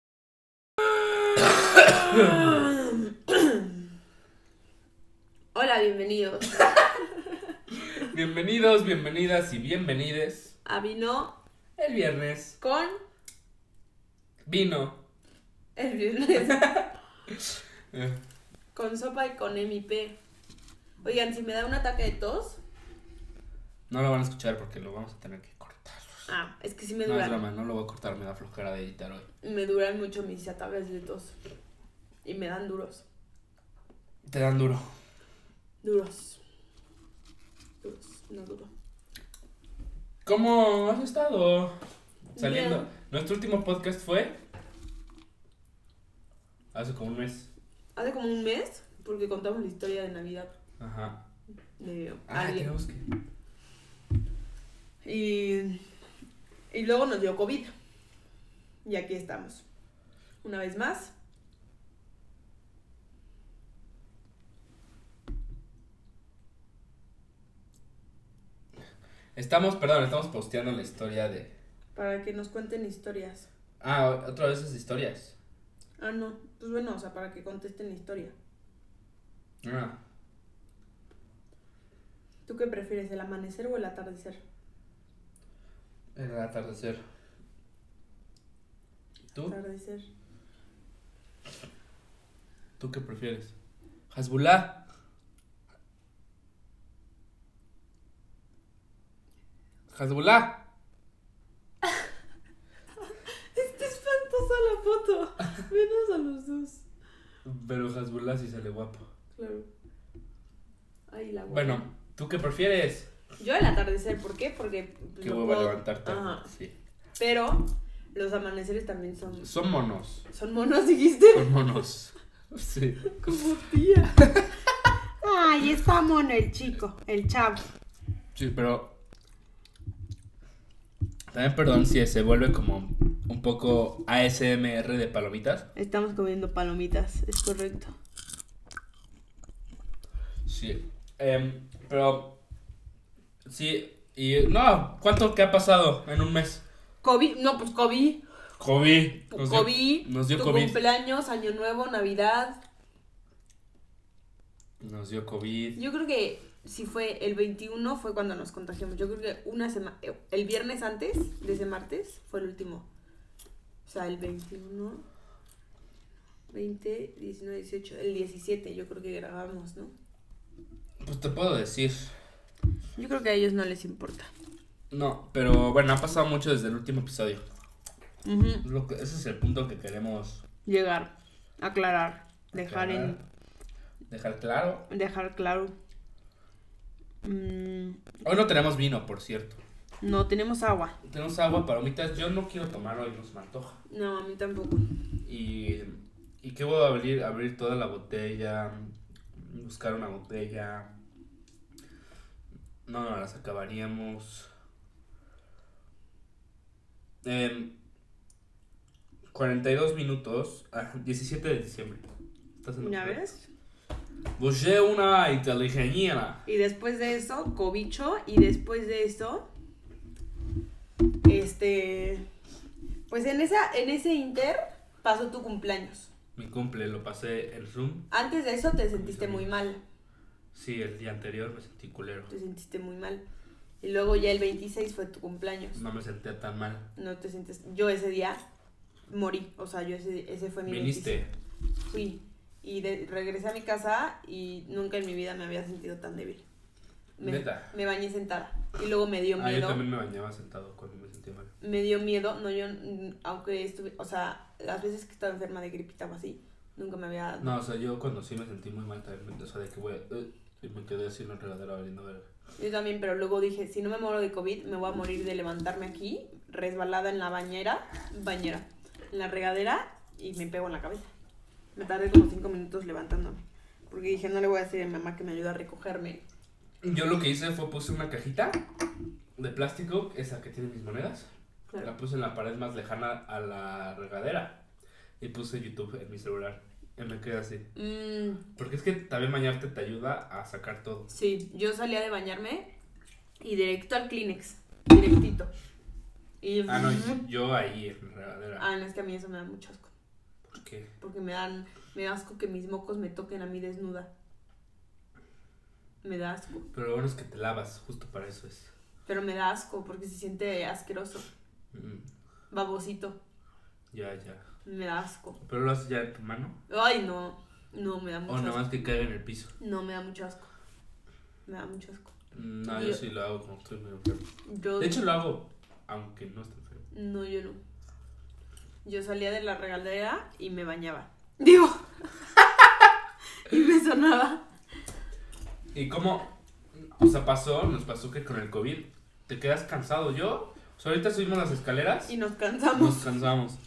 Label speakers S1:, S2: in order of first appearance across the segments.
S1: Hola, bienvenidos
S2: Bienvenidos, bienvenidas y bienvenides.
S1: a Vino
S2: El viernes
S1: con
S2: vino.
S1: el viernes,
S2: Eh,
S1: con sopa y con MIP. Oigan, si me da un ataque de tos,
S2: No lo van a escuchar porque lo vamos a tener que cortar.
S1: ah, es que sí me
S2: No es
S1: duran,
S2: drama, no lo voy a cortar, me da flojera de editar hoy.
S1: me duran mucho mis ataques de tos y me dan duros,
S2: Te dan duro.
S1: duros, duros, no duro.
S2: ¿Cómo has estado? Saliendo.
S1: Bien.
S2: Nuestro último podcast fue. Hace como un mes.
S1: Hace como un mes, porque contamos la historia de Navidad
S2: Ajá.
S1: de
S2: Ah,
S1: alguien.
S2: tenemos que.
S1: Y, y luego nos dio COVID. Y aquí estamos. Una vez más.
S2: Estamos, perdón, estamos posteando la historia de.
S1: Para que nos cuenten historias.
S2: Ah, otra vez esas historias.
S1: Ah, no. Pues bueno, o sea, para que contesten la historia.
S2: Ah.
S1: ¿Tú qué prefieres, el amanecer o el atardecer?
S2: El atardecer. ¿Tú?
S1: Atardecer.
S2: ¿Tú qué prefieres? Hasbulá. Hasbulá.
S1: Está Este espantosa la foto. Menos a los dos.
S2: Pero Hasbulá sí sale guapo.
S1: Claro. Ahí la guardo.
S2: Bueno, ¿tú qué prefieres?
S1: Yo el atardecer, ¿por qué? Porque. pues,
S2: Que
S1: no
S2: hueva
S1: puedo-
S2: levantarte.
S1: Ajá.
S2: Sí.
S1: Pero los amaneceres también son.
S2: Son monos.
S1: Son monos, dijiste.
S2: Son monos. Sí.
S1: Como tía. Ay, está mono el chico, el chavo.
S2: Sí, pero. También perdón si se vuelve como un poco ASMR de palomitas.
S1: Estamos comiendo palomitas, es correcto.
S2: Sí. Em, pero. Sí. Y. No, ¿cuánto que ha pasado en un mes?
S1: COVID, no, pues COVID.
S2: COVID.
S1: pu-
S2: Nos dio-
S1: COVID,
S2: nos dio
S1: tu
S2: COVID.
S1: cumpleaños, año nuevo, navidad.
S2: Nos dio COVID.
S1: Yo creo que si fue el 21 fue cuando nos contagiamos. Yo creo que una semana, el viernes antes de ese martes fue el último. O sea, el 21, 20, 19, 18, el 17 yo creo que grabamos, ¿no?
S2: Pues te puedo decir.
S1: Yo creo que a ellos no les importa.
S2: No, pero bueno, ha pasado mucho desde el último episodio. Es lo que- ese es el punto que queremos
S1: llegar, aclarar, dejar
S2: aclarar. dejar claro.
S1: en dejar claro. Mm,
S2: Hoy no tenemos vino, por cierto.
S1: no tenemos agua.
S2: Tenemos agua, palomitas. Yo no quiero tomar hoy, nos me antoja.
S1: No, a mí tampoco.
S2: Y, y que voy a abrir, abrir toda la botella, buscar una botella. No, no las acabaríamos. Em, 42 minutos, ah, 17 de diciembre. ¿Estás en
S1: ¿Ya
S2: octubre?
S1: ves?
S2: Busqué una inteligencia.
S1: Y después de eso, cobicho. Y después de eso, este. Pues en, esa, en ese inter pasó tu cumpleaños.
S2: Mi cumple lo pasé en Zoom.
S1: Antes de eso te sentiste muy mal.
S2: Sí, el día anterior me sentí culero.
S1: Te sentiste muy mal. Y luego ya el 26 fue tu cumpleaños.
S2: No me sentía tan mal.
S1: No te sientes. Yo ese día morí. O sea, yo ese, ese fue mi 26.
S2: Viniste.
S1: Fui y de- regresé a mi casa y nunca en mi vida me había sentido tan débil. Me,
S2: Neta.
S1: me bañé sentada y luego me dio
S2: Ah, yo
S1: miedo.
S2: también me bañaba sentado cuando me sentía mal.
S1: Me dio miedo, no yo, mm, aunque estuve, o sea, las veces que estaba enferma de gripita o así, nunca me había...
S2: No, o sea, yo cuando sí me sentí muy mal también, me- o sea, de que, güey, eh, y me quedé así en el regadero abriendo verga.
S1: Yo también, pero luego dije, si no me muero de COVID, me voy a morir de levantarme aquí, resbalada en la bañera, bañera, en la regadera y me pego en la cabeza. Me tardé como cinco minutos levantándome, porque dije, no le voy a decir a mi mamá que me ayude a recogerme.
S2: Yo lo que hice fue puse una cajita de plástico, esa que tiene mis monedas,
S1: Claro.
S2: la puse en la pared más lejana a la regadera y puse YouTube en mi celular. Y me quedé así.
S1: Mm,
S2: Porque es que también bañarte te ayuda a sacar todo.
S1: Sí, yo salía de bañarme y directo al Kleenex, directito. Y
S2: Ah, no, y yo ahí en la regadera.
S1: Ah, no, es que a mí eso me da mucho asco.
S2: ¿Por qué?
S1: Porque me dan, me da asco que mis mocos me toquen a mí desnuda. Me da asco.
S2: Pero lo bueno es que te lavas, justo para eso es.
S1: Pero me da asco porque se siente asqueroso.
S2: Mm,
S1: Babosito.
S2: ya, ya.
S1: Me da asco.
S2: Pero lo haces ya en tu mano.
S1: Ay, no. No, me da mucho
S2: O nada
S1: asco.
S2: más que caiga en el piso.
S1: No, me da mucho asco. Me da mucho asco.
S2: Mm, No, yo
S1: Yo-
S2: sí lo hago cuando estoy medio enfermo.
S1: Yo,
S2: De hecho, lo hago aunque no esté enfermo.
S1: no, yo no. Yo salía de la regadera y me bañaba. Digo. y me sonaba.
S2: ¿Y cómo? O sea, pasó, nos pasó que con el COVID te quedas cansado. Yo, o sea, ahorita subimos las escaleras
S1: Y nos cansamos.
S2: nos cansamos.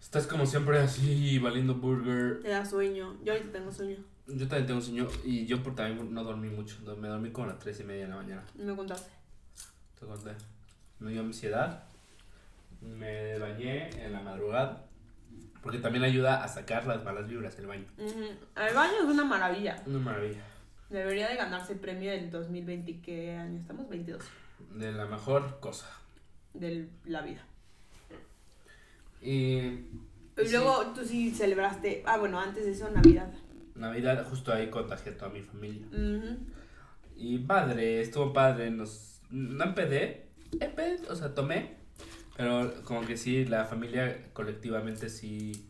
S2: Estás como siempre así, valiendo burger.
S1: Te da sueño. Yo ahorita tengo sueño.
S2: Yo también tengo sueño y yo por también no dormí mucho. do- Me dormí como a las 3 y media de la mañana.
S1: Me contaste.
S2: Te conté. Me dio ansiedad. Me bañé en la madrugada. Porque también ayuda a sacar las malas vibras el baño.
S1: Ujú. El baño es una maravilla.
S2: Una maravilla.
S1: Debería de ganarse el premio del 2020. ¿Qué año estamos? 22.
S2: De la mejor cosa.
S1: De la vida.
S2: Y
S1: Y
S2: Sí.
S1: luego tú sí celebraste. Ah, bueno, antes de eso, Navidad.
S2: Navidad justo ahí contagié a toda mi familia.
S1: Ujú.
S2: Y padre, estuvo padre, nos... No empedé, empedé, o sea, tomé, pero como que sí, la familia colectivamente sí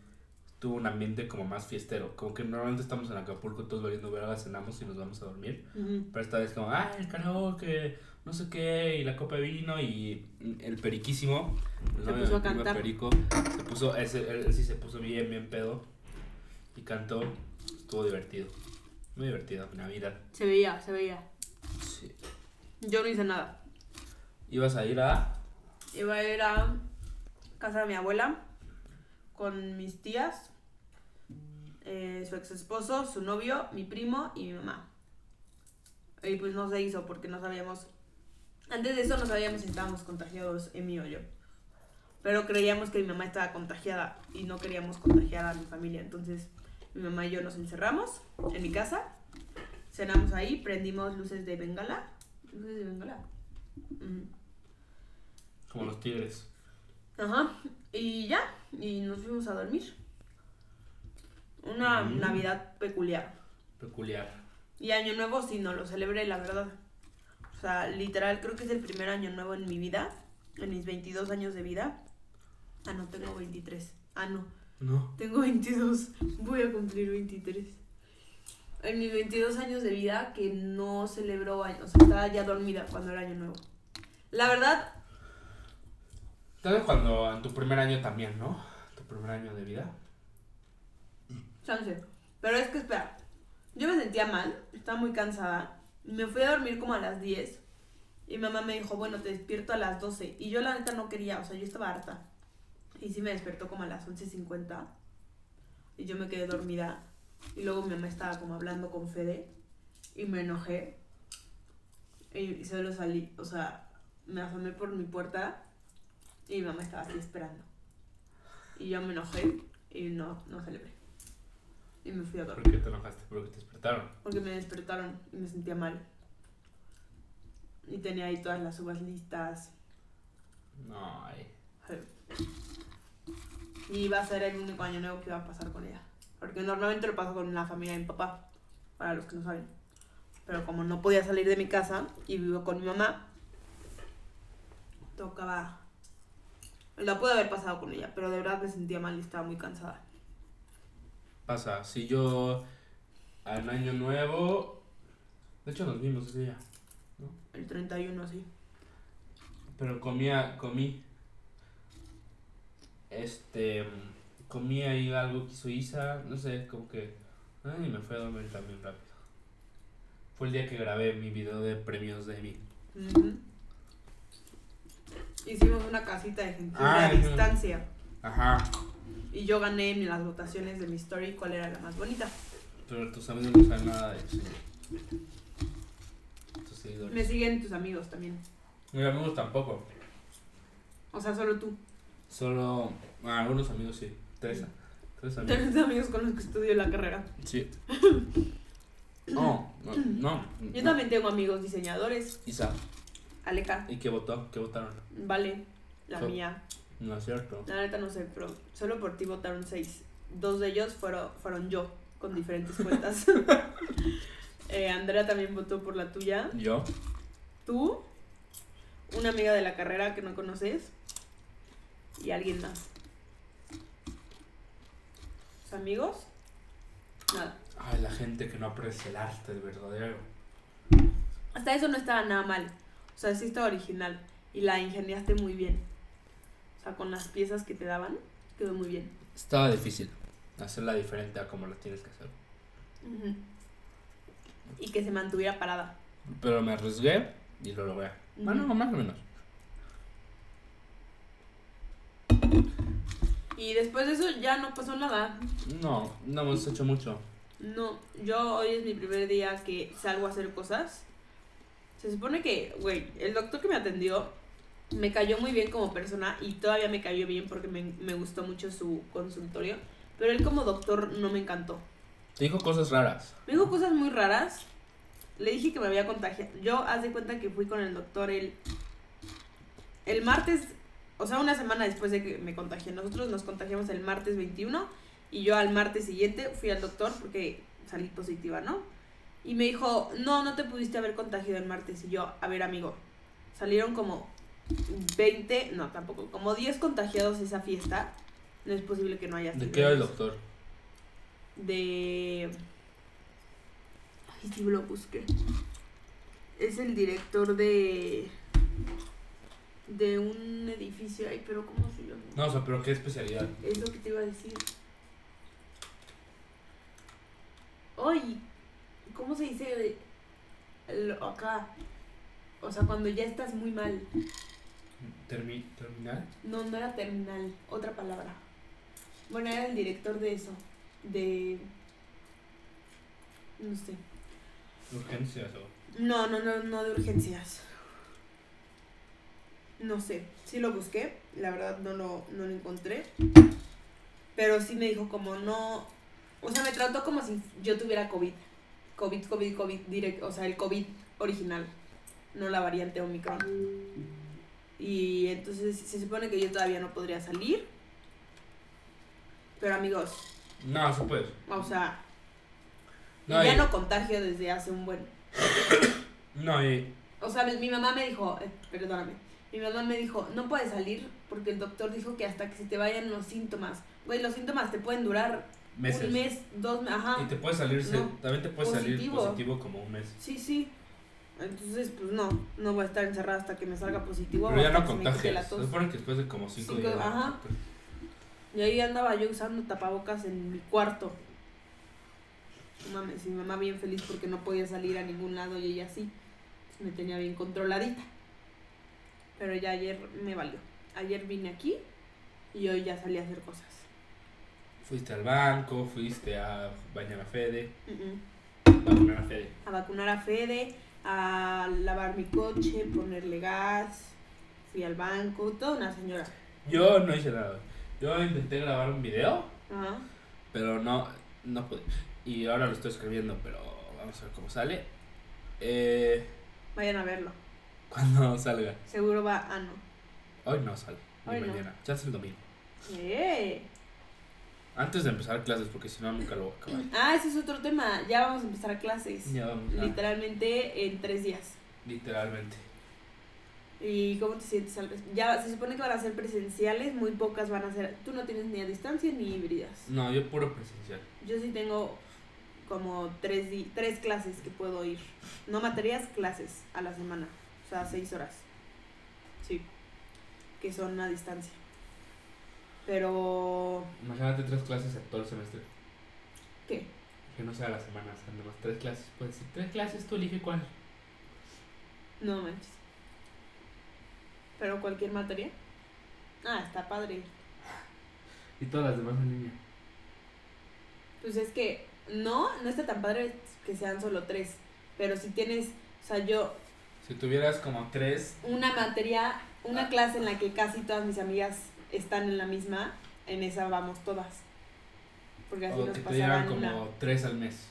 S2: tuvo un ambiente como más fiestero, como que normalmente estamos en Acapulco todos valiendo verga, cenamos y nos vamos a dormir,
S1: Ujú.
S2: pero esta vez como, ah, el karaoke, no sé qué, y la copa de vino, y el periquísimo, pues, el
S1: Se
S2: novio
S1: puso
S2: de
S1: a
S2: mi prima
S1: cantar.
S2: Perico, se puso, ese, él sí se puso bien, bien pedo, y cantó, estuvo divertido, muy divertido, Navidad,
S1: Se veía, se veía.
S2: sí.
S1: Yo no hice nada.
S2: Ibas a ir a.
S1: Iba a ir a casa de mi abuela con mis tías, eh, su ex esposo, su novio, mi primo y mi mamá. Y pues no se hizo porque no sabíamos. Antes de eso no sabíamos si estábamos contagiados, Emi o yo. Pero creíamos que mi mamá estaba contagiada y no queríamos contagiar a mi familia. Entonces mi mamá y yo nos encerramos en mi casa, cenamos ahí, prendimos luces de bengala. ¿Luces de bengala? Ujú.
S2: Como los tigres.
S1: Ajá, y ya, y nos fuimos a dormir. Una
S2: Mm.
S1: Navidad peculiar.
S2: Peculiar.
S1: Y Año Nuevo sí no lo celebré, la verdad. O sea, literal, creo que es el primer Año Nuevo en mi vida, en mis 22 años de vida. Ah, no, tengo 23. Ah, no,
S2: No.
S1: tengo 22. Voy a cumplir 23. En mis 22 años de vida que no celebró años, o sea, estaba ya dormida cuando era Año Nuevo. La verdad,
S2: Entonces cuando en tu primer año también, ¿no? Tu primer año de vida.
S1: Chance. Pero es que espera. Yo me sentía mal, estaba muy cansada. Me fui a dormir como a las 10. Y mi mamá me dijo, bueno, te despierto a las 12. Y yo la neta no quería, o sea, yo estaba harta. Y sí me despertó como a las 11.50. Y yo me quedé dormida. Y luego mi mamá estaba como hablando con Fede. Y me enojé. Y solo salí, o sea, me asomé por mi puerta. Y mi mamá estaba así esperando. Y yo me enojé. Y no, no celebré. Y me fui a dormir.
S2: ¿Por qué te enojaste? Porque te despertaron.
S1: Porque me despertaron y me sentía mal. Y tenía ahí todas las uvas listas.
S2: No, ay.
S1: Y iba a ser el único año nuevo que iba a pasar con ella. Porque normalmente lo paso con la familia de mi papá, para los que no saben. Pero como no podía salir de mi casa y vivo con mi mamá, tocaba... La pude haber pasado con ella, pero de verdad me sentía mal y estaba muy cansada.
S2: Pasa, si yo al año nuevo... De hecho nos vimos ese día.
S1: El 31 así.
S2: Pero comía, comí. Este... Comí ahí algo que hizo Isa, no sé, como que... Ay, me fui a dormir también rápido. Fue el día que grabé mi video de premios de mí.
S1: Ujú. Hicimos una casita de gente a
S2: Ah, ujú.
S1: distancia.
S2: Ajá.
S1: Y yo gané en las votaciones de mi story cuál era la más bonita.
S2: Pero tus amigos no saben nada de eso. Tus seguidores.
S1: Me siguen tus amigos también.
S2: Mis amigos tampoco.
S1: O sea, solo tú.
S2: Solo. ah, algunos amigos sí. Tres. Tres amigos.
S1: Tienes amigos con los que estudio la carrera.
S2: Sí. No, no, no.
S1: Yo
S2: no.
S1: también tengo amigos diseñadores.
S2: Isa.
S1: Aleca,
S2: ¿Y qué votó? ¿Qué votaron?
S1: Vale, la
S2: So-
S1: mía.
S2: No es cierto.
S1: La neta no sé, pero solo por ti votaron seis. Dos de ellos fueron, fueron yo, con diferentes cuentas. Eh, Andrea también votó por la tuya.
S2: Yo,
S1: Tú, una amiga de la carrera que no conoces y alguien más. ¿Tus amigos? Nada.
S2: ay, la gente que no aprecia el arte de verdadero.
S1: Hasta eso no estaba nada mal. O sea, sí estaba original. Y la ingeniaste muy bien. O sea, con las piezas que te daban, quedó muy bien.
S2: Estaba difícil hacerla diferente a como la tienes que hacer.
S1: Ujú. Y que se mantuviera parada.
S2: Pero me arriesgué y lo logré.
S1: Ujú.
S2: Bueno, más o menos.
S1: Y después de eso ya no pasó nada.
S2: No, no hemos hecho mucho.
S1: No, yo hoy es mi primer día que salgo a hacer cosas. Se supone que, güey, el doctor que me atendió me cayó muy bien como persona y todavía me cayó bien porque me, me gustó mucho su consultorio. Pero él como doctor no me encantó.
S2: Te dijo cosas raras.
S1: Me dijo cosas muy raras. Le dije que me había contagiado. Yo, haz de cuenta que fui con el doctor el, el martes, o sea, una semana después de que me contagié. Nosotros nos contagiamos el martes 21 y yo al martes siguiente fui al doctor porque salí positiva, ¿no? Y me dijo, no, no te pudiste haber contagiado el martes. Y yo, a ver, amigo, salieron como 20, no, tampoco, como 10 contagiados esa fiesta. No es posible que no haya
S2: ¿De
S1: sido
S2: qué era el
S1: eso"
S2: doctor?
S1: de. Ay, sí lo busqué. Es el director de. de un edificio. Ay, pero ¿cómo se llama?
S2: No, o sea, pero qué especialidad.
S1: Es lo que te iba a decir. Ay, ¿cómo se dice el- acá? O sea, cuando ya estás muy mal.
S2: Termi ¿Terminal?
S1: No, no era terminal, otra palabra. Bueno, era el director de eso. De. No sé.
S2: Urgencias o.
S1: No, no, no, no de urgencias. No sé, sí lo busqué, la verdad no lo, no lo encontré. Pero sí me dijo como no, o sea, me trató como si yo tuviera COVID. COVID, COVID, COVID, direct, o sea, el COVID original, no la variante Omicron. Y entonces se supone que yo todavía no podría salir. Pero amigos,
S2: No, sí puedes.
S1: o sea,
S2: No,
S1: ya
S2: y-
S1: no contagio desde hace un buen.
S2: No, y.
S1: O sea, mi- mi mamá me dijo, eh, perdóname, mi mamá me dijo, no puedes salir porque el doctor dijo que hasta que se te vayan los síntomas. Güey, los síntomas te pueden durar
S2: Meses.
S1: un mes, dos meses,
S2: Y
S1: ajá.
S2: te puede salir. se-
S1: Ah, No.
S2: También te puede salir
S1: Positivo.
S2: positivo como un mes.
S1: Sí, sí. Entonces, pues no, no voy a estar encerrada hasta que me salga positivo. o
S2: Pero ya
S1: hasta
S2: no
S1: que se me quite
S2: contagias.
S1: la
S2: Se
S1: tos.
S2: supone que después de como 5
S1: Cinco,
S2: días.
S1: ajá. Y ahí andaba yo usando tapabocas en mi cuarto. No mames, mi mamá bien feliz porque no podía salir a ningún lado y ella sí. Pues me tenía bien controladita. Pero ya ayer me valió. Ayer vine aquí y hoy ya salí a hacer cosas.
S2: Fuiste al banco, fuiste a bañar a Fede.
S1: Mm-mm.
S2: A bañar a Fede.
S1: A vacunar a Fede, a lavar mi coche, ponerle gas. Fui al banco, toda una señora.
S2: Yo no hice nada. Yo intenté grabar un video,
S1: Ajá.
S2: pero no, no pude. Y ahora lo estoy escribiendo, pero vamos a ver cómo sale. Eh,
S1: Vayan a verlo.
S2: cuando salga.
S1: Seguro va a no.
S2: Hoy no sale. Ni
S1: Hoy no.
S2: mañana. Ya es el domingo.
S1: ¡Eh!
S2: Antes de empezar clases, porque si no nunca lo voy a acabar.
S1: Ah, ese es otro tema. Ya vamos a empezar clases.
S2: Ya vamos a-
S1: Literalmente en tres días.
S2: Literalmente.
S1: ¿Y cómo te sientes al respecto? Ya se supone que van a ser presenciales, muy pocas van a ser. Tú no tienes ni a distancia ni híbridas.
S2: No, yo puro presencial.
S1: Yo sí tengo como tres, di- tres clases que puedo ir. No materias, clases a la semana. O sea, seis horas. Sí. Que son a distancia. Pero.
S2: Imagínate tres clases en todo el semestre.
S1: ¿Qué?
S2: Que no sea a la semana, o sea, nomás tres clases. Puedes decir, tres clases, tú elige cuál.
S1: No manches. ¿Pero cualquier materia? Ah, está padre.
S2: Y todas las demás en línea.
S1: Pues es que no, no está tan padre que sean solo tres. Pero si tienes, o sea, yo,
S2: Si tuvieras como tres,
S1: una materia, una
S2: Ah.
S1: clase en la que casi todas mis amigas están en la misma, en esa vamos todas. Porque así
S2: o
S1: nos
S2: que te dieran
S1: pasaban
S2: como
S1: una.
S2: tres al mes.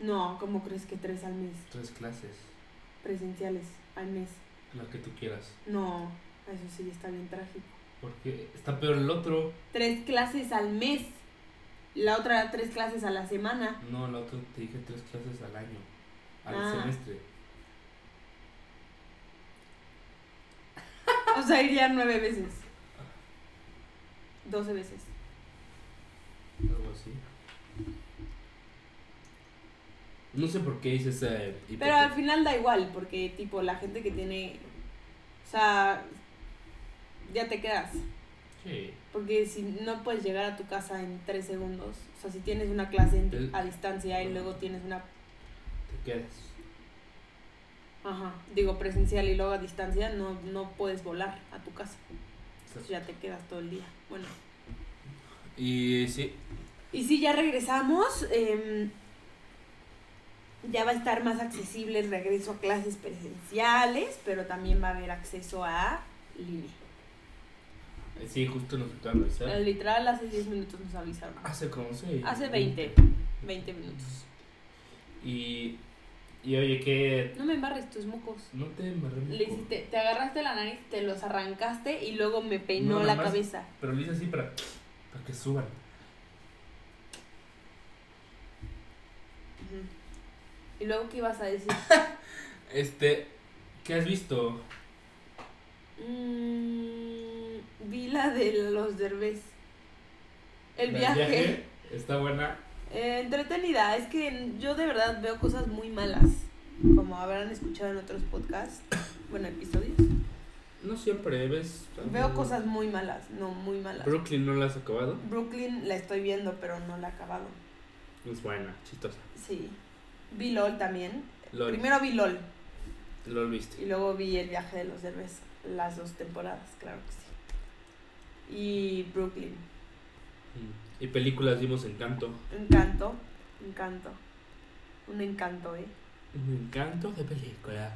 S1: No, ¿cómo crees que tres al mes?
S2: Tres clases,
S1: Presenciales al mes.
S2: las que tú quieras.
S1: No, eso sí está bien trágico.
S2: Porque está peor el otro.
S1: Tres clases al mes. La otra era tres clases a la semana.
S2: No, el otro te dije tres clases al año. Al
S1: Ah.
S2: semestre.
S1: O sea, iría nueve veces. Doce veces.
S2: Algo así. No sé por qué hice esa
S1: Pero al final da igual, porque tipo la gente que tiene... O sea, ya te quedas.
S2: Sí.
S1: Porque si no puedes llegar a tu casa en tres segundos, o sea, si tienes una clase en-
S2: El-
S1: a distancia y luego tienes una,
S2: Te quedas.
S1: ajá, digo presencial y luego a distancia, no, no puedes volar a tu casa. Entonces ya te quedas todo el día. Bueno.
S2: Y sí.
S1: Y si ya regresamos, em, ya va a estar más accesible el regreso a clases presenciales, pero también va a haber acceso a línea.
S2: Sí, justo nos acaban de avisar.
S1: Literal, hace 10 minutos nos avisaron.
S2: Hace como seis.
S1: Hace 20, 20 minutos.
S2: Y, y oye, que
S1: No me embarres tus mocos.
S2: no te embarré un
S1: Le
S2: poco.
S1: hiciste, te agarraste la nariz, te los arrancaste y luego me peinó
S2: No,
S1: la
S2: nada más.
S1: cabeza.
S2: Pero lo hice así para, para que suban.
S1: Ujú. ¿Y luego qué ibas a decir?
S2: Este, ¿qué has visto?
S1: Mm, vi la de los derbés. El viaje.
S2: Está buena.
S1: Eh, entretenida, es que yo de verdad veo cosas muy malas. Como habrán escuchado en otros podcasts, bueno, episodios.
S2: No siempre ves.
S1: Veo cosas muy malas, no muy malas.
S2: Brooklyn no la has acabado.
S1: Brooklyn la estoy viendo, pero no la he acabado.
S2: Es buena, chistosa.
S1: Sí. Vi LOL también.
S2: Lo,
S1: Primero vi LOL.
S2: lo viste.
S1: Y luego vi El viaje de los derbes, las dos temporadas, claro que sí. Y Brooklyn,
S2: Mm. Y películas vimos Encanto.
S1: Encanto, Encanto. Un encanto, ¿eh?
S2: Me encanto de película.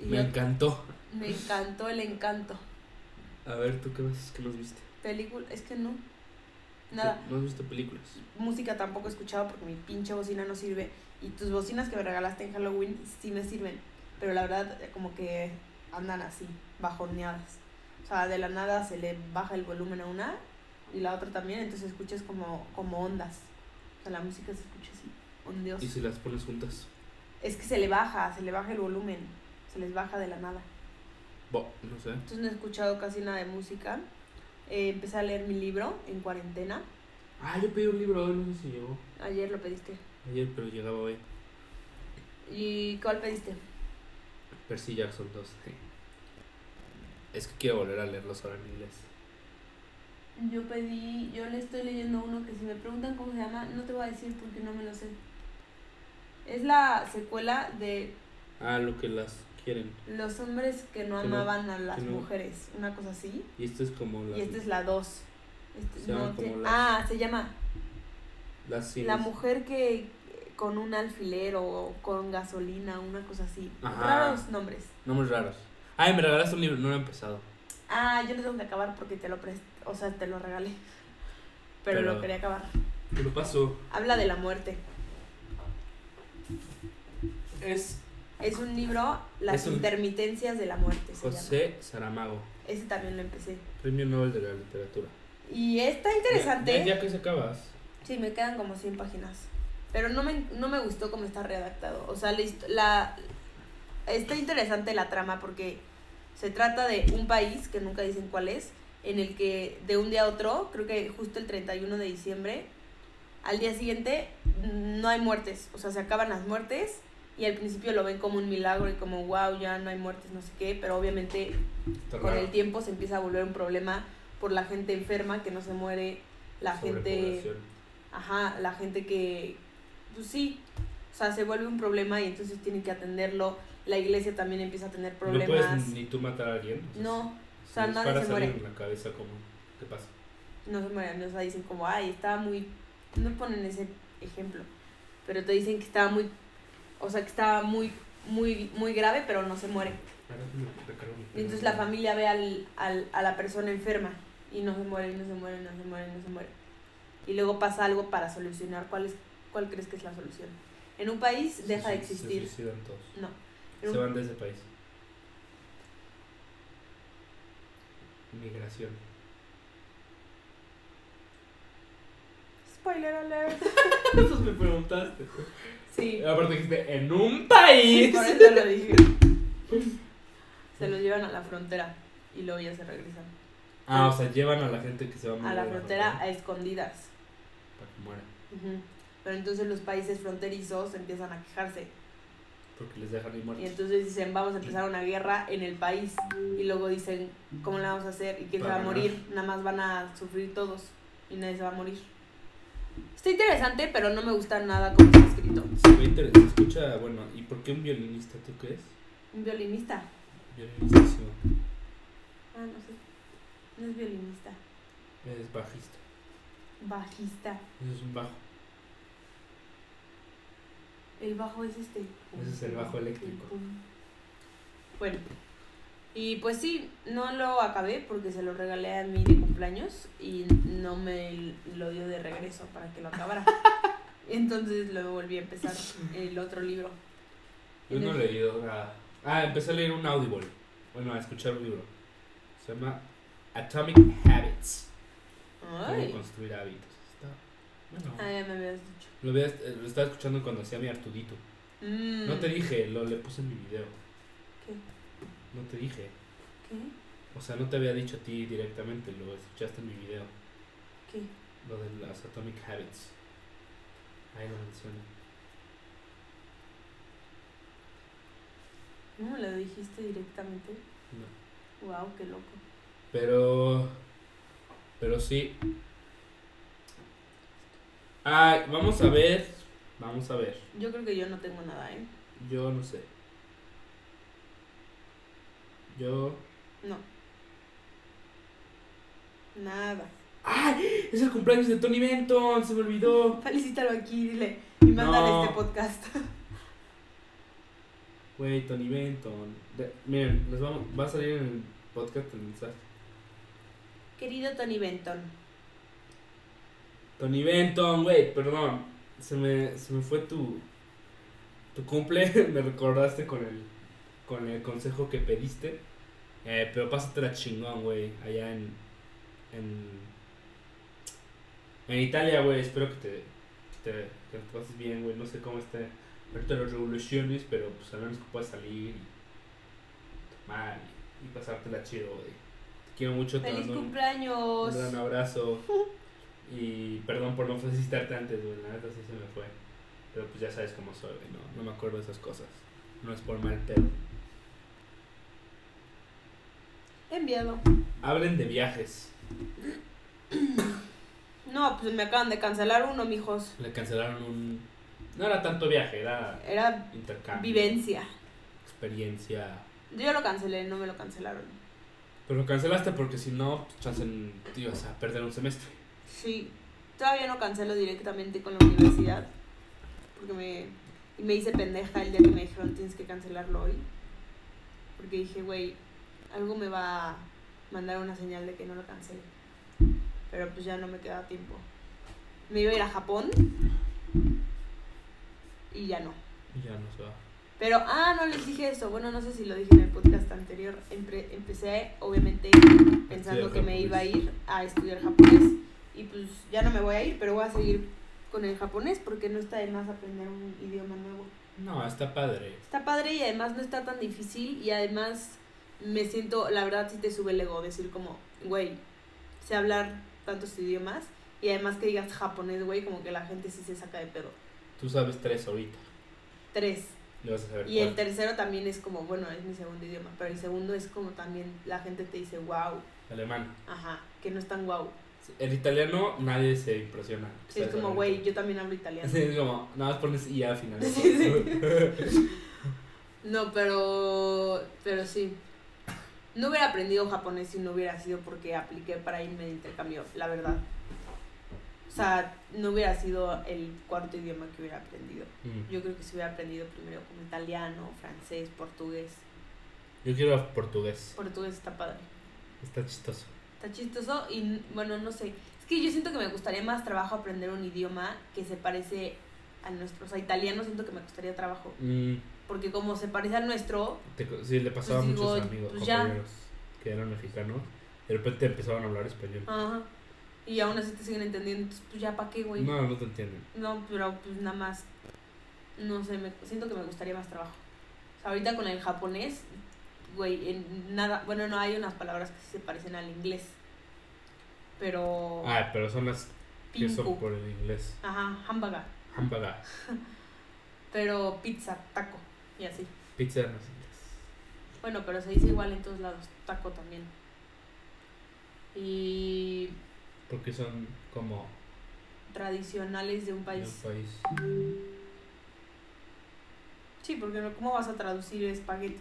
S1: Y
S2: Me
S1: yo-
S2: encantó.
S1: me encantó el encanto.
S2: A ver, ¿tú qué más, qué más viste?
S1: Película, es que no. Nada,
S2: ¿No has visto películas?
S1: música tampoco he escuchado porque mi pinche bocina no sirve. Y tus bocinas que me regalaste en Halloween sí me sirven. Pero la verdad, eh, como que andan así, bajoneadas. O sea, de la nada se le baja el volumen a una y la otra también, entonces escuchas como, como ondas. O sea, la música se escucha así, ondeos.
S2: ¿Y si las pones juntas?
S1: Es que se le baja, se le baja el volumen, se les baja de la nada.
S2: Bo, no sé.
S1: Entonces no he escuchado casi nada de música. Eh, empecé a leer mi libro en cuarentena.
S2: Ah, yo pedí un libro hoy, no sé si llegó.
S1: Ayer lo pediste.
S2: Ayer, pero llegaba hoy.
S1: ¿Y cuál pediste?
S2: Percy Jackson 2. sí. Es que quiero volver a leerlos ahora en inglés.
S1: Yo pedí, yo le estoy leyendo uno que si me preguntan cómo se llama, no te voy a decir porque no me lo sé. Es la secuela de
S2: Ah, lo que las quieren.
S1: Los hombres que no
S2: Que no-
S1: amaban a las
S2: que no-
S1: mujeres, una cosa así.
S2: Y esto es como las,
S1: Y esta es la 2.
S2: Se llama como las-
S1: Ah, se llama
S2: las
S1: La
S2: cines.
S1: mujer que con un alfiler o con gasolina, una cosa así.
S2: Ajá.
S1: Raros nombres.
S2: Nombres raros. Ay, me regalaste un libro, no lo he empezado.
S1: Ah, yo lo tengo que acabar porque te lo presté, o sea, te lo regalé. Pero,
S2: Pero-
S1: lo quería acabar.
S2: Te lo paso.
S1: Habla de la muerte.
S2: Es
S1: Es un libro, Las
S2: Es un- Pues
S1: intermitencias de la muerte. Se llama.
S2: José Saramago,
S1: Ese también lo empecé.
S2: premio Nobel de la literatura.
S1: Y está interesante.
S2: Ya, ya que se acabas.
S1: Sí, me quedan como 100 páginas. Pero no me, no me gustó cómo está redactado. O sea, la hist- la, está interesante la trama porque se trata de un país, que nunca dicen cuál es, en el que de un día a otro, creo que justo el 31 de diciembre, al día siguiente no hay muertes. O sea, se acaban las muertes y al principio lo ven como un milagro y como, wow, ya no hay muertes, no sé qué. Pero obviamente
S2: Está
S1: con
S2: raro.
S1: el tiempo se empieza a volver un problema por la gente enferma que no se muere, la gente...
S2: Sobrepoblación.
S1: Ajá, la gente que, pues sí, o sea, se vuelve un problema y entonces tienen que atenderlo. La iglesia también empieza a tener
S2: No puedes
S1: problemas.
S2: ni tú matar a alguien.
S1: No,
S2: si
S1: o sea,
S2: les
S1: nadie
S2: paras
S1: se
S2: a alguien
S1: muere.
S2: en la cabeza como ¿qué pasa?
S1: no se mueren, o sea, dicen como, ay, estaba muy, no ponen ese ejemplo, pero te dicen que estaba muy, o sea, que estaba muy, muy, muy grave, pero no se muere. Y entonces la familia ve al, al- a la persona enferma y no se muere, y no se muere, y no se muere, y no se muere. Y luego pasa algo para solucionar. ¿Cuál, es, cuál crees que es la solución? En un país deja de existir.
S2: Se suicidan todos.
S1: No. En
S2: Se
S1: un-
S2: van este de ese país. Migración.
S1: Spoiler alert.
S2: Pues me preguntaste.
S1: Sí.
S2: Aparte dijiste, en un país.
S1: Por eso lo dije. Se los llevan a la frontera y luego ya se regresan.
S2: Ah, o sea, llevan a la gente que se va morir
S1: A la
S2: de
S1: frontera a escondidas.
S2: Para que muera.
S1: Ujú. Pero entonces los países fronterizos empiezan a quejarse.
S2: Porque les dejan ahí
S1: Y
S2: muertos.
S1: entonces dicen, vamos a empezar una guerra en el país. Y luego dicen, ¿cómo la vamos a hacer? ¿Y quién se va a
S2: Para ganar.
S1: morir? Nada más van a sufrir todos. Y nadie se va a morir. Está interesante, pero no me gusta nada como está escrito.
S2: Se ve interesante. Escucha, bueno, ¿y por qué un violinista? ¿Tú crees?
S1: Un violinista.
S2: Violinista sí,
S1: Ah, no sé. No es violinista.
S2: es bajista.
S1: Bajista.
S2: Eso es un bajo.
S1: El bajo es este.
S2: Ese es el bajo eléctrico.
S1: Bueno. Y pues sí, no lo acabé porque se lo regalé a mí de cumpleaños y no me lo dio de regreso para que lo acabara. Entonces lo volví a empezar el otro libro.
S2: Yo
S1: En
S2: no he
S1: el-
S2: leído nada. Ah, empecé a leer un Audible. Bueno, a escuchar un libro. Se llama Atomic Habits. Cómo
S1: Ay.
S2: construir hábitos. Está...
S1: Ah,
S2: Bueno,
S1: ya me habías dicho.
S2: lo, había- eh, lo estaba escuchando cuando hacía mi Artudito.
S1: Mm.
S2: No te dije, lo le puse en mi video.
S1: ¿Qué?
S2: No te dije.
S1: ¿Qué?
S2: O sea, no te había dicho a ti directamente, lo escuchaste en mi video.
S1: ¿Qué?
S2: Lo de las Atomic Habits. Ahí lo menciono.
S1: No, lo dijiste directamente.
S2: No.
S1: Wow, qué loco.
S2: Pero. Pero sí. Ah, vamos a ver. Vamos a ver.
S1: Yo creo que yo no tengo nada, ¿eh?
S2: Yo no sé. Yo.
S1: No. Nada.
S2: ¡Ay! Es el cumpleaños de Tony Benton. Se me olvidó.
S1: Felicítalo aquí, dile. Y mándale
S2: No.
S1: este podcast.
S2: Güey, Tony Benton. De- miren, les vamos, va a salir en el podcast el mensaje.
S1: Querido Tony Benton.
S2: Tony Benton, güey, perdón. Se me, se me fue tu. Tu cumple. me recordaste con el. Con el consejo que pediste. Eh, pero pásatela chingón, güey. Allá en. En. En Italia, güey. Espero que te. Que te, que te pases bien, güey. No sé cómo esté. Ahorita las revoluciones, pero pues al menos que puedas salir y. Tomar y, y pasártela chido, güey. Te quiero mucho, te
S1: ¡Feliz
S2: mando un- un
S1: cumpleaños!
S2: gran abrazo. Y perdón por no felicitarte antes, güey. La neta sí se me fue. Pero pues ya sabes cómo soy, güey. No, no me acuerdo de esas cosas. No es por mal pedo.
S1: Enviado.
S2: Hablen de viajes.
S1: No, pues me acaban de cancelar uno, mijos.
S2: Le cancelaron un. No era tanto viaje, era
S1: Era
S2: intercambio.
S1: vivencia.
S2: Experiencia.
S1: Yo lo cancelé, no me lo cancelaron.
S2: Pero lo cancelaste porque si no, pues, chance en- te ibas a perder un semestre.
S1: Sí. Todavía no cancelo directamente con la universidad. Porque me, y me hice pendeja el día que me dijeron tienes que cancelarlo hoy. Porque dije, güey, algo me va a mandar una señal de que no lo cancele. Pero pues ya no me queda tiempo. Me iba a ir a Japón. Y ya no.
S2: Y ya no se va.
S1: Pero, ah, no les dije eso. Bueno, no sé si lo dije en el podcast anterior. Empre- empecé, obviamente, pensando
S2: Estudiar
S1: que me
S2: japonés.
S1: iba a ir a estudiar japonés. Y pues ya no me voy a ir, pero voy a seguir con el japonés porque no está de más aprender un idioma nuevo.
S2: No, está padre.
S1: Está padre y además no está tan difícil. Y además me siento, la verdad, sí te sube el ego decir como, güey, sé hablar tantos idiomas. Y además que digas japonés, güey, como que la gente sí se saca de pedo.
S2: Tú sabes tres ahorita.
S1: Tres.
S2: Le vas a saber
S1: Y el
S2: cuál.
S1: tercero también es como, bueno, es mi segundo idioma, pero el segundo es como también la gente te dice, wow,
S2: Alemán.
S1: ajá, que no es tan wow.
S2: El italiano nadie se impresiona.
S1: Es
S2: Sabes
S1: como,
S2: hablar
S1: güey, yo también hablo italiano.
S2: Sí, es como, nada más pones y al final.
S1: Sí, sí. No, pero, pero sí. No hubiera aprendido japonés si no hubiera sido porque apliqué para irme de intercambio, la verdad. O sea, no hubiera sido el cuarto idioma que hubiera aprendido.
S2: Mm.
S1: Yo creo que si hubiera aprendido primero como italiano, francés, portugués.
S2: Yo quiero portugués.
S1: Portugués está padre.
S2: Está chistoso.
S1: Está chistoso y bueno, no sé. Es que yo siento que me gustaría más trabajo aprender un idioma que se parece al nuestro. O sea, italiano siento que me costaría trabajo.
S2: Mm,
S1: Porque como se parece al nuestro,
S2: te co- sí, le pasaba
S1: Pues
S2: a muchos
S1: digo,
S2: amigos,
S1: pues ya. Ah,
S2: compañeros que eran mexicanos. De repente empezaron a hablar español.
S1: ajá, Y aún así te siguen entendiendo. Entonces, pues ya para qué, güey. No.
S2: No, no te entienden.
S1: pero pues nada más. No sé, me, siento que me gustaría más trabajo. O sea, ahorita con el japonés, güey, en nada. Bueno, no hay unas palabras que sí se parecen al inglés. Pero.
S2: Ah, pero son las que son
S1: Oh. pinku.
S2: por el inglés.
S1: Ajá, hamburger.
S2: Hamburger,
S1: Pero pizza, taco y así.
S2: pizza, no sé.
S1: Bueno, pero se dice igual en todos lados, taco también. Y
S2: Porque son como
S1: tradicionales de un
S2: de
S1: país.
S2: un país.
S1: Sí, porque no- ¿cómo vas a traducir espagueti?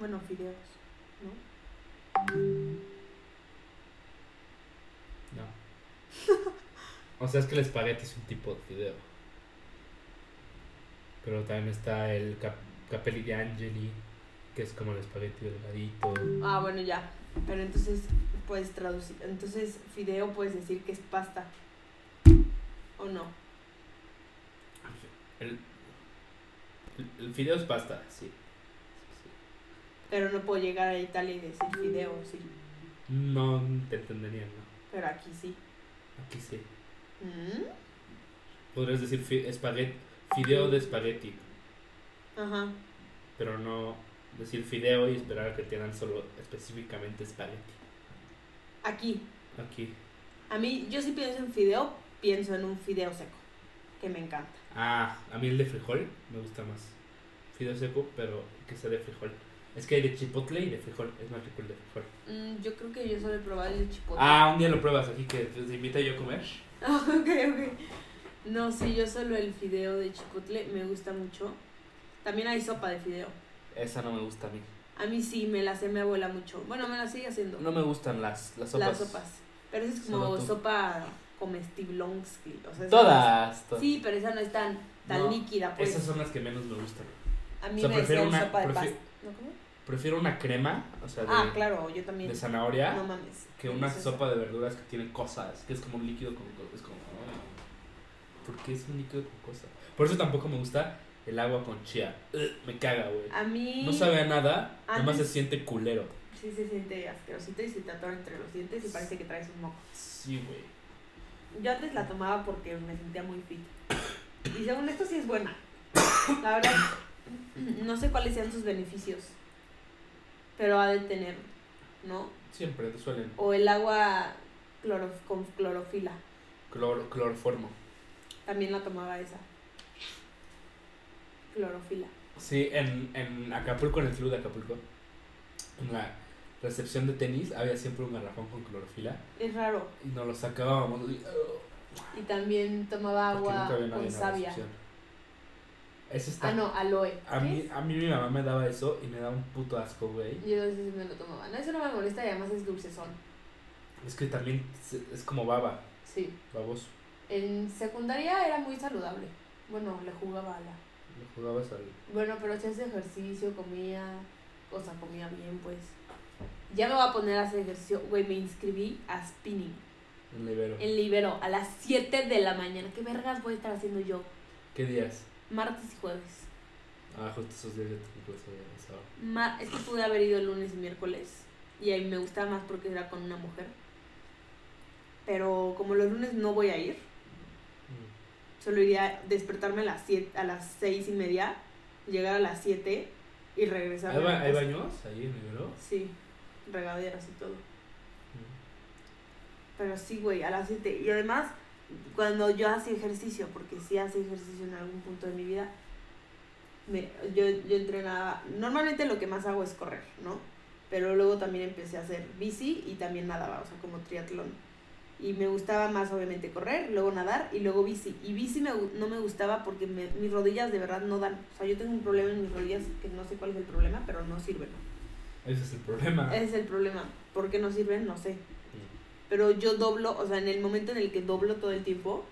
S1: Bueno, fideos, ¿no?
S2: No. o sea, es que el espagueti es un tipo de fideo. Pero también está el cap capelli di angeli, que es como el espagueti delgadito.
S1: Ah, bueno, ya. Pero entonces puedes traducir. Entonces, fideo puedes decir que es pasta. ¿O no?
S2: El, el, el fideo es pasta, sí.
S1: Pero no puedo llegar a Italia y decir fideo, sí.
S2: No te entenderían, ¿no?
S1: Pero aquí sí.
S2: Aquí sí.
S1: ¿Mm?
S2: Podrías decir fi- espagueti, fideo de espagueti,
S1: Ajá.
S2: pero no decir fideo y esperar a que te dan solo específicamente espagueti.
S1: Aquí.
S2: Aquí.
S1: A mí, yo sí pienso en fideo, pienso en un fideo seco. Que me encanta.
S2: Ah, a mí el de frijol me gusta más. Fideo seco, pero que sea de frijol. Es que hay de chipotle y de frijol. Es más rico el de frijol.
S1: Mm, yo creo que yo solo he probado el de chipotle.
S2: Ah, un día lo pruebas aquí que te invita yo a comer.
S1: ok, ok. No, sí, yo solo el fideo de chipotle me gusta mucho. También hay sopa de fideo.
S2: Esa no me gusta a mí.
S1: A mí sí, me la hace mi abuela mucho. Bueno, me la sigue haciendo.
S2: No me gustan las, las sopas.
S1: Las sopas. Pero esa es como
S2: Solo tú.
S1: sopa comestiblonsky. O sea, esa
S2: Todas.
S1: no es-
S2: todas.
S1: Sí, pero esa no es tan, tan
S2: No,
S1: líquida. Pues.
S2: Esas son las que menos me gustan.
S1: A mí
S2: o sea,
S1: me
S2: prefiero
S1: decían
S2: una-
S1: sopa de
S2: prefiero-
S1: pasta. ¿No, cómo?
S2: Prefiero una crema, o sea, de,
S1: Ah, claro, yo también.
S2: de zanahoria,
S1: No mames.
S2: que una
S1: Deliciosa.
S2: sopa de verduras que tiene cosas. Que es como un líquido con cosas. Es como. porque es un líquido con cosas? Por eso tampoco me gusta el agua con chía. Ugh, me caga, güey.
S1: A mí.
S2: No sabe a nada, nada más se
S1: Antes-
S2: siente culero.
S1: Sí, se siente asquerosito y se te atora entre los dientes y parece que traes un moco.
S2: Sí, güey.
S1: Yo antes la tomaba porque me sentía muy fit. Y según esto sí es buena. La verdad, no sé cuáles sean sus beneficios. Pero ha de tener, ¿no?
S2: Siempre te suelen
S1: O el agua clorof- con clorofila.
S2: clor- cloroformo.
S1: También la tomaba esa. Clorofila.
S2: Sí, en, en Acapulco, en el club de Acapulco, en la recepción de tenis había siempre un garrafón con clorofila
S1: Es raro.
S2: y nos lo sacábamos y, oh,
S1: Y también tomaba
S2: porque
S1: agua
S2: nunca había nadie
S1: con
S2: en la
S1: savia.
S2: recepción. Eso está.
S1: Ah, no, aloe.
S2: A
S1: ¿Qué
S2: mí,
S1: es?
S2: a mí mi mamá me daba eso y me daba un puto asco, güey.
S1: Yo no sé si me lo tomaba. No, eso no me molesta y además es dulcezón.
S2: Es que también se- es como baba,
S1: Sí.
S2: baboso.
S1: En secundaria era muy saludable. Bueno, le jugaba a la.
S2: Lo jugabas al.
S1: Bueno, pero hacías ejercicio, comía, o sea, comía bien, pues. Ya me voy a poner a hacer ejercicio. Güey, me inscribí a spinning
S2: En Libero.
S1: en Libero a las 7 de la mañana. ¿Qué vergas voy a estar haciendo yo?
S2: ¿Qué días?
S1: Martes y jueves.
S2: Ah, justo esos días yo tengo clase de esa hora.
S1: Ma- es que pude haber ido el lunes y miércoles. Y ahí me gustaba más porque era con una mujer. Pero como los lunes no voy a ir,
S2: Mm.
S1: Solo iría a despertarme a las, siete, a las seis y media, llegar a las 7 y regresar.
S2: ¿Hay, ba- hay baños ahí en Ibero?
S1: Sí, regaderas y todo.
S2: Mm.
S1: Pero sí, güey, a las 7. Y además, cuando yo hacía ejercicio, porque sí hacía ejercicio en algún punto de mi vida, me- yo, yo entrenaba. Normalmente lo que más hago es correr, ¿no? Pero luego también empecé a hacer bici y también nadaba, o sea, como triatlón. Y me gustaba más, obviamente, correr, luego nadar y luego bici. Y bici me gu- no me gustaba porque me- mis rodillas de verdad no dan. O sea, yo tengo un problema en mis rodillas que no sé cuál es el problema, pero no sirven.
S2: Ese es el problema.
S1: Ese es el problema. ¿Por qué no sirven? No sé.
S2: Mm.
S1: Pero yo doblo, o sea, en el momento en el que doblo todo el tiempo,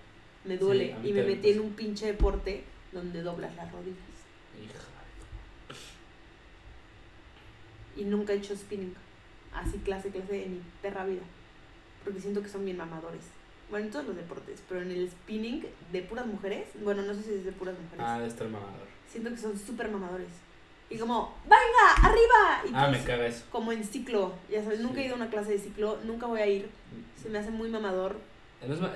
S1: me
S2: Sí,
S1: duele.
S2: a mí
S1: y me
S2: también me
S1: metí en
S2: pasa.
S1: un pinche deporte donde doblas las rodillas.
S2: Hija.
S1: Y nunca he hecho spinning. Así clase, clase en mi perra vida. Porque siento que son bien mamadores. Bueno, en todos los deportes, pero en el spinning de puras mujeres, bueno, no sé si es de puras mujeres.
S2: Ah, de estar mamador.
S1: Siento que son súper mamadores. Y como, ¡venga! ¡Arriba! Y
S2: Ah,
S1: todos
S2: me caga eso.
S1: como en ciclo, ya sabes, nunca he
S2: Sí.
S1: ido a una clase de ciclo, nunca voy a ir.
S2: Mm.
S1: Se me hace muy mamador.
S2: No es ma-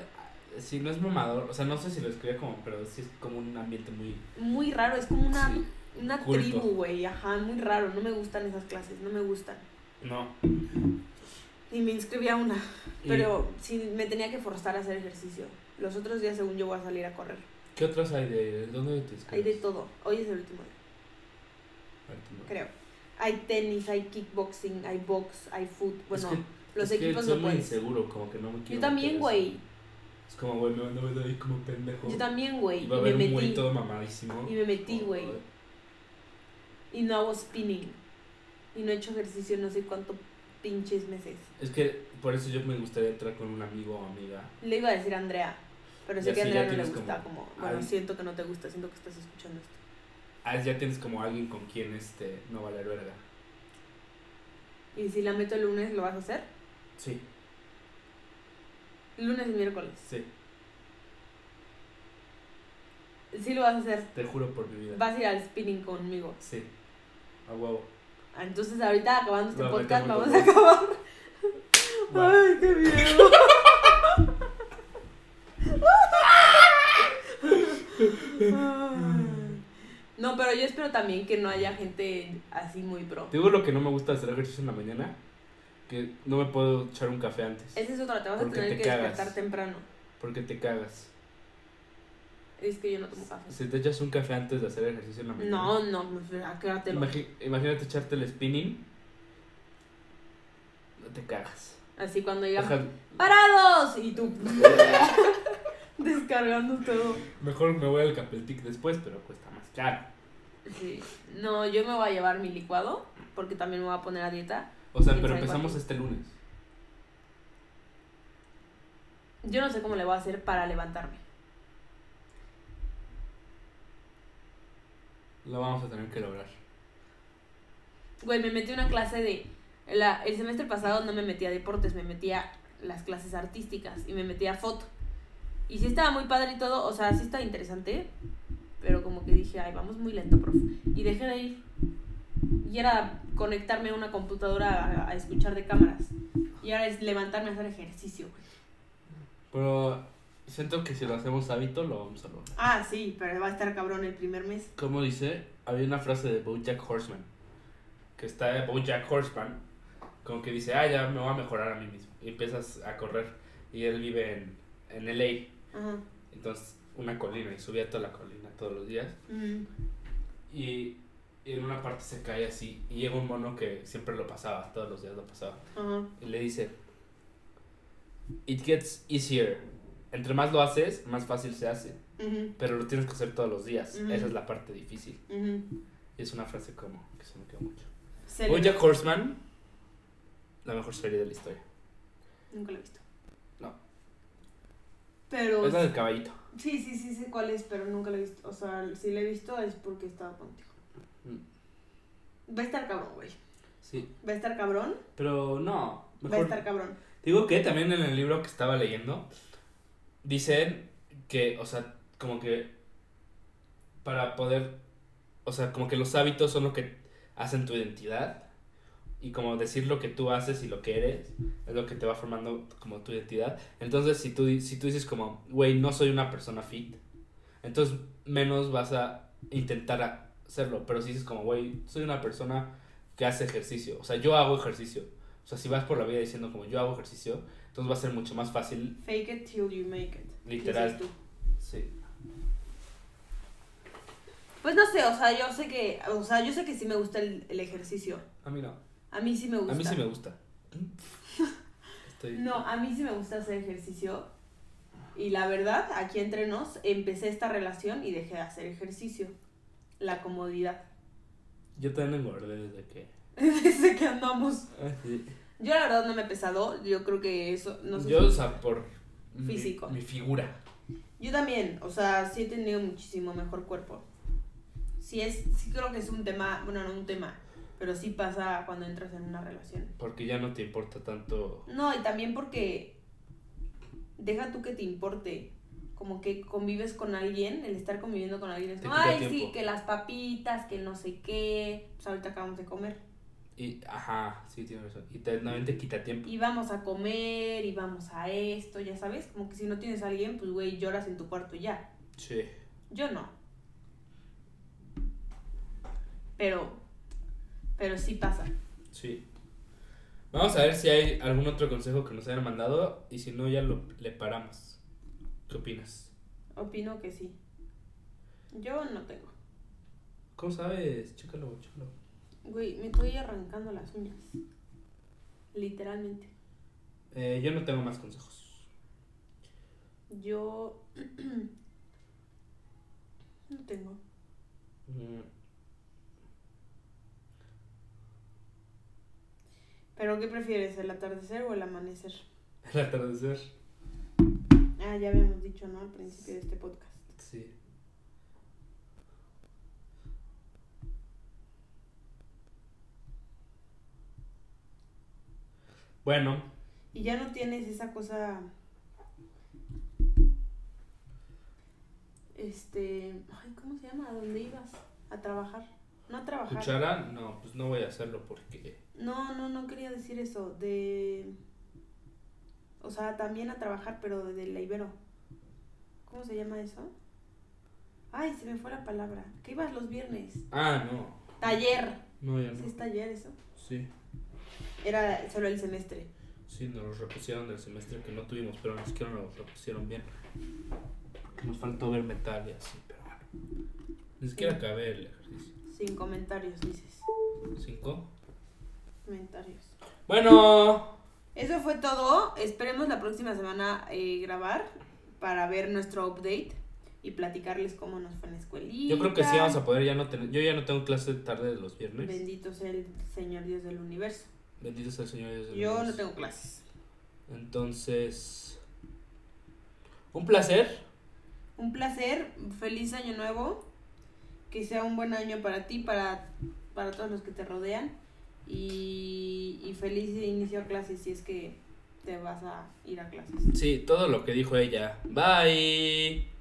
S2: sí, no es mamador, o sea, no sé si lo escribía como, pero sí es como un ambiente muy...
S1: Muy raro, es como una,
S2: sí.
S1: una
S2: Culto.
S1: tribu, güey. Ajá, muy raro. No me gustan esas clases, no me gustan.
S2: No.
S1: Y me inscribí a una,
S2: ¿Y
S1: pero sí me tenía que forzar a hacer ejercicio. Los otros días, según yo, voy a salir a correr.
S2: ¿Qué otros hay de...? ¿Dónde te escribes?
S1: Hay de todo. Hoy es el último día, creo. Hay tenis, hay kickboxing, hay box, hay foot. Bueno, los equipos
S2: son
S1: no
S2: muy
S1: puedes.
S2: inseguro, como que no me quiero
S1: Yo también,
S2: meter
S1: güey.
S2: así. Es como, güey, no, no me doy como pendejo.
S1: Yo también, güey.
S2: Y
S1: Y
S2: va a
S1: me
S2: haber un güey
S1: metí.
S2: todo mamadísimo.
S1: Y me metí,
S2: Como,
S1: güey. Y no hago spinning. Y no he hecho ejercicio no sé cuánto pinches meses.
S2: Es que por eso yo me gustaría entrar con un amigo o amiga.
S1: Le iba a decir a Andrea, pero sé
S2: Ya
S1: que a
S2: sí,
S1: Andrea
S2: ya
S1: no le
S2: tienes
S1: gusta. Como,
S2: como-
S1: bueno,
S2: Ay.
S1: siento que no te gusta, siento que estás escuchando esto.
S2: Ah, ya tienes como alguien con quien este no valer verga.
S1: Y si la meto el lunes, ¿lo vas a hacer?
S2: Sí,
S1: Lunes y miércoles.
S2: sí.
S1: Sí lo vas a hacer.
S2: Te juro por mi vida.
S1: Vas a ir al spinning conmigo.
S2: Sí. A huevo.
S1: Ah, Entonces ahorita acabando este
S2: Va, vete
S1: podcast
S2: muy
S1: vamos a
S2: bien.
S1: acabar.
S2: Va.
S1: Ay, qué miedo. Ay. No, pero yo espero también que no haya gente así muy pro.
S2: Te digo lo que no me gusta hacer ejercicio en la mañana. Que no me puedo echar un café antes.
S1: Esa es otra, te vas a
S2: Porque
S1: tener
S2: te
S1: que
S2: cagas.
S1: despertar temprano.
S2: Porque te cagas.
S1: Es que yo no tomo café.
S2: Si te echas un café antes de hacer ejercicio en la mañana.
S1: No, no, pues, ¿a qué hora te lo-
S2: Imagi- imagínate echarte el spinning. No te cagas.
S1: Así cuando digan
S2: Ojalá-
S1: ¡Parados! Y tú descargando todo.
S2: mejor me voy al Capeltic después, pero cuesta más caro.
S1: Sí. No, yo me voy a llevar mi licuado porque también me voy a poner a dieta.
S2: O sea,
S1: ¿Quién
S2: pero
S1: sabe
S2: empezamos
S1: cuánto?
S2: este lunes.
S1: Yo no sé cómo le voy a hacer para levantarme.
S2: Lo vamos a tener que lograr.
S1: Güey, me metí a una clase de... la- el semestre pasado no me metía a deportes, me metía las clases artísticas y me metía a foto. Y sí estaba muy padre y todo, o sea, sí estaba interesante, pero como que dije, ay, vamos muy lento, profe. Y dejé de ir. Y era conectarme a una computadora a, a escuchar de cámaras. Y ahora es levantarme a hacer ejercicio, güey.
S2: Pero siento que si lo hacemos hábito, lo vamos a lograr.
S1: Ah, sí, pero va a estar cabrón el primer mes.
S2: Como dice, había una frase de Bojack Horseman. Que está Bojack Horseman. Como que dice, ah, ya me voy a mejorar a mí mismo. Y empiezas a correr. Y él vive en, en LA.
S1: Ajá.
S2: Entonces, una colina. Y subía toda la colina todos los días.
S1: Mm.
S2: Y, y en una parte se cae así. Y llega un mono que siempre lo pasaba. Todos los días lo pasaba.
S1: Ajá.
S2: Y le dice, It gets easier. Entre más lo haces, más fácil se hace.
S1: Ujú,
S2: Pero lo tienes que hacer todos los días.
S1: Ujú.
S2: Esa es la parte difícil.
S1: ujú.
S2: Y es una frase como que se me quedó mucho.
S1: Se le-
S2: Bojack Horseman, la mejor serie de la historia.
S1: Nunca lo he visto.
S2: No.
S1: Pero
S2: Es la del caballito.
S1: Sí, sí, sí sé cuál es, pero nunca lo he visto. O sea, si lo he visto es porque he estado contigo.
S2: Mm.
S1: Va a estar cabrón, güey.
S2: Sí.
S1: Va a estar cabrón.
S2: Pero no.
S1: Va a
S2: Mejor,
S1: estar cabrón.
S2: Digo que también en el libro que estaba leyendo, dicen que, o sea, como que para poder, o sea, como que los hábitos son lo que hacen tu identidad y como decir lo que tú haces y lo que eres es lo que te va formando como tu identidad. Entonces, si tú, di- si tú dices como, güey, no soy una persona fit, entonces menos vas a intentar a- hacerlo. Pero si dices como, güey, soy una persona que hace ejercicio, o sea, yo hago ejercicio. O sea, si vas por la vida diciendo como yo hago ejercicio, entonces va a ser mucho más fácil.
S1: Fake it till you make it.
S2: Literal.
S1: Dices tú.
S2: Sí.
S1: Pues no sé, o sea, yo sé que, o sea, yo sé que sí me gusta el, el ejercicio.
S2: A mí no.
S1: A mí sí me gusta.
S2: A mí sí me gusta. Estoy...
S1: No, a mí sí me gusta hacer ejercicio. Y la verdad, aquí entre nos, empecé esta relación y dejé de hacer ejercicio. La comodidad.
S2: Yo también engordé desde que...
S1: Desde que andamos.
S2: Ah, sí.
S1: Yo la verdad no me he pesado. Yo creo que eso. No sé
S2: yo,
S1: si-
S2: o sea, por mi-
S1: Físico.
S2: Mi, figura.
S1: Yo también, o sea, sí he tenido muchísimo mejor cuerpo. Sí es, sí creo que es un tema, bueno, no un tema, pero sí pasa cuando entras en una relación.
S2: Porque ya no te importa tanto...
S1: No, y también porque deja tú que te importe, como que convives con alguien, el estar conviviendo con alguien es
S2: Te
S1: como,
S2: quita
S1: ay,
S2: tiempo".
S1: sí, que las papitas, que no sé qué, pues ahorita acabamos de comer.
S2: Y Y, ajá, sí, tienes razón. Y te, también te quita tiempo.
S1: Y vamos a comer, y vamos a esto, ya sabes. Como que si no tienes a alguien, pues, güey, lloras en tu cuarto y ya.
S2: Sí.
S1: Yo no. Pero, pero sí pasa.
S2: Sí. Vamos a ver si hay algún otro consejo que nos hayan mandado y si no, ya lo, le paramos. ¿Qué opinas?
S1: Opino que sí. Yo no tengo.
S2: ¿Cómo sabes? Chécalo, chécalo.
S1: Güey, me estoy arrancando las uñas. Literalmente.
S2: Eh, yo no tengo más consejos.
S1: Yo no tengo.
S2: Mm,
S1: ¿Pero qué prefieres, el atardecer o el amanecer?
S2: El atardecer.
S1: Ah, ya habíamos dicho, ¿no? Al principio de este podcast.
S2: Sí. Bueno,
S1: Y ya no tienes esa cosa... Este... Ay, ¿cómo se llama? ¿A dónde ibas? A trabajar. No a trabajar.
S2: cuchara, no, pues no voy a hacerlo porque.
S1: No, no, no quería decir eso. De... O sea, también a trabajar, pero de la Ibero. ¿Cómo se llama eso? Ay, se me fue la palabra. ¿Qué ibas los viernes?
S2: Ah, no,
S1: Taller.
S2: no, ya
S1: ¿Sí
S2: no.
S1: es taller eso?
S2: Sí,
S1: Era solo el semestre.
S2: sí, nos los repusieron del semestre que no tuvimos, pero nos que nos los repusieron bien. Nos faltó ver metal y así, pero bueno. Ni siquiera acabé el ejercicio.
S1: Sin comentarios, dices.
S2: ¿Cinco?
S1: Comentarios.
S2: Bueno,
S1: Eso fue todo. Esperemos la próxima semana eh, grabar para ver nuestro update y platicarles cómo nos fue en la escuelita.
S2: yo creo que sí vamos a poder ya no tener. Yo ya no tengo clase tarde de los viernes.
S1: Bendito sea el Señor Dios del universo.
S2: Bendito sea el Señor Dios del
S1: Yo no
S2: universo.
S1: tengo clases.
S2: Entonces. Un placer.
S1: Un placer, feliz año nuevo. Que sea un buen año para ti, para, para todos los que te rodean. Y, y feliz inicio a clases si es que te vas a ir a clases.
S2: Sí, todo lo que dijo ella. Bye.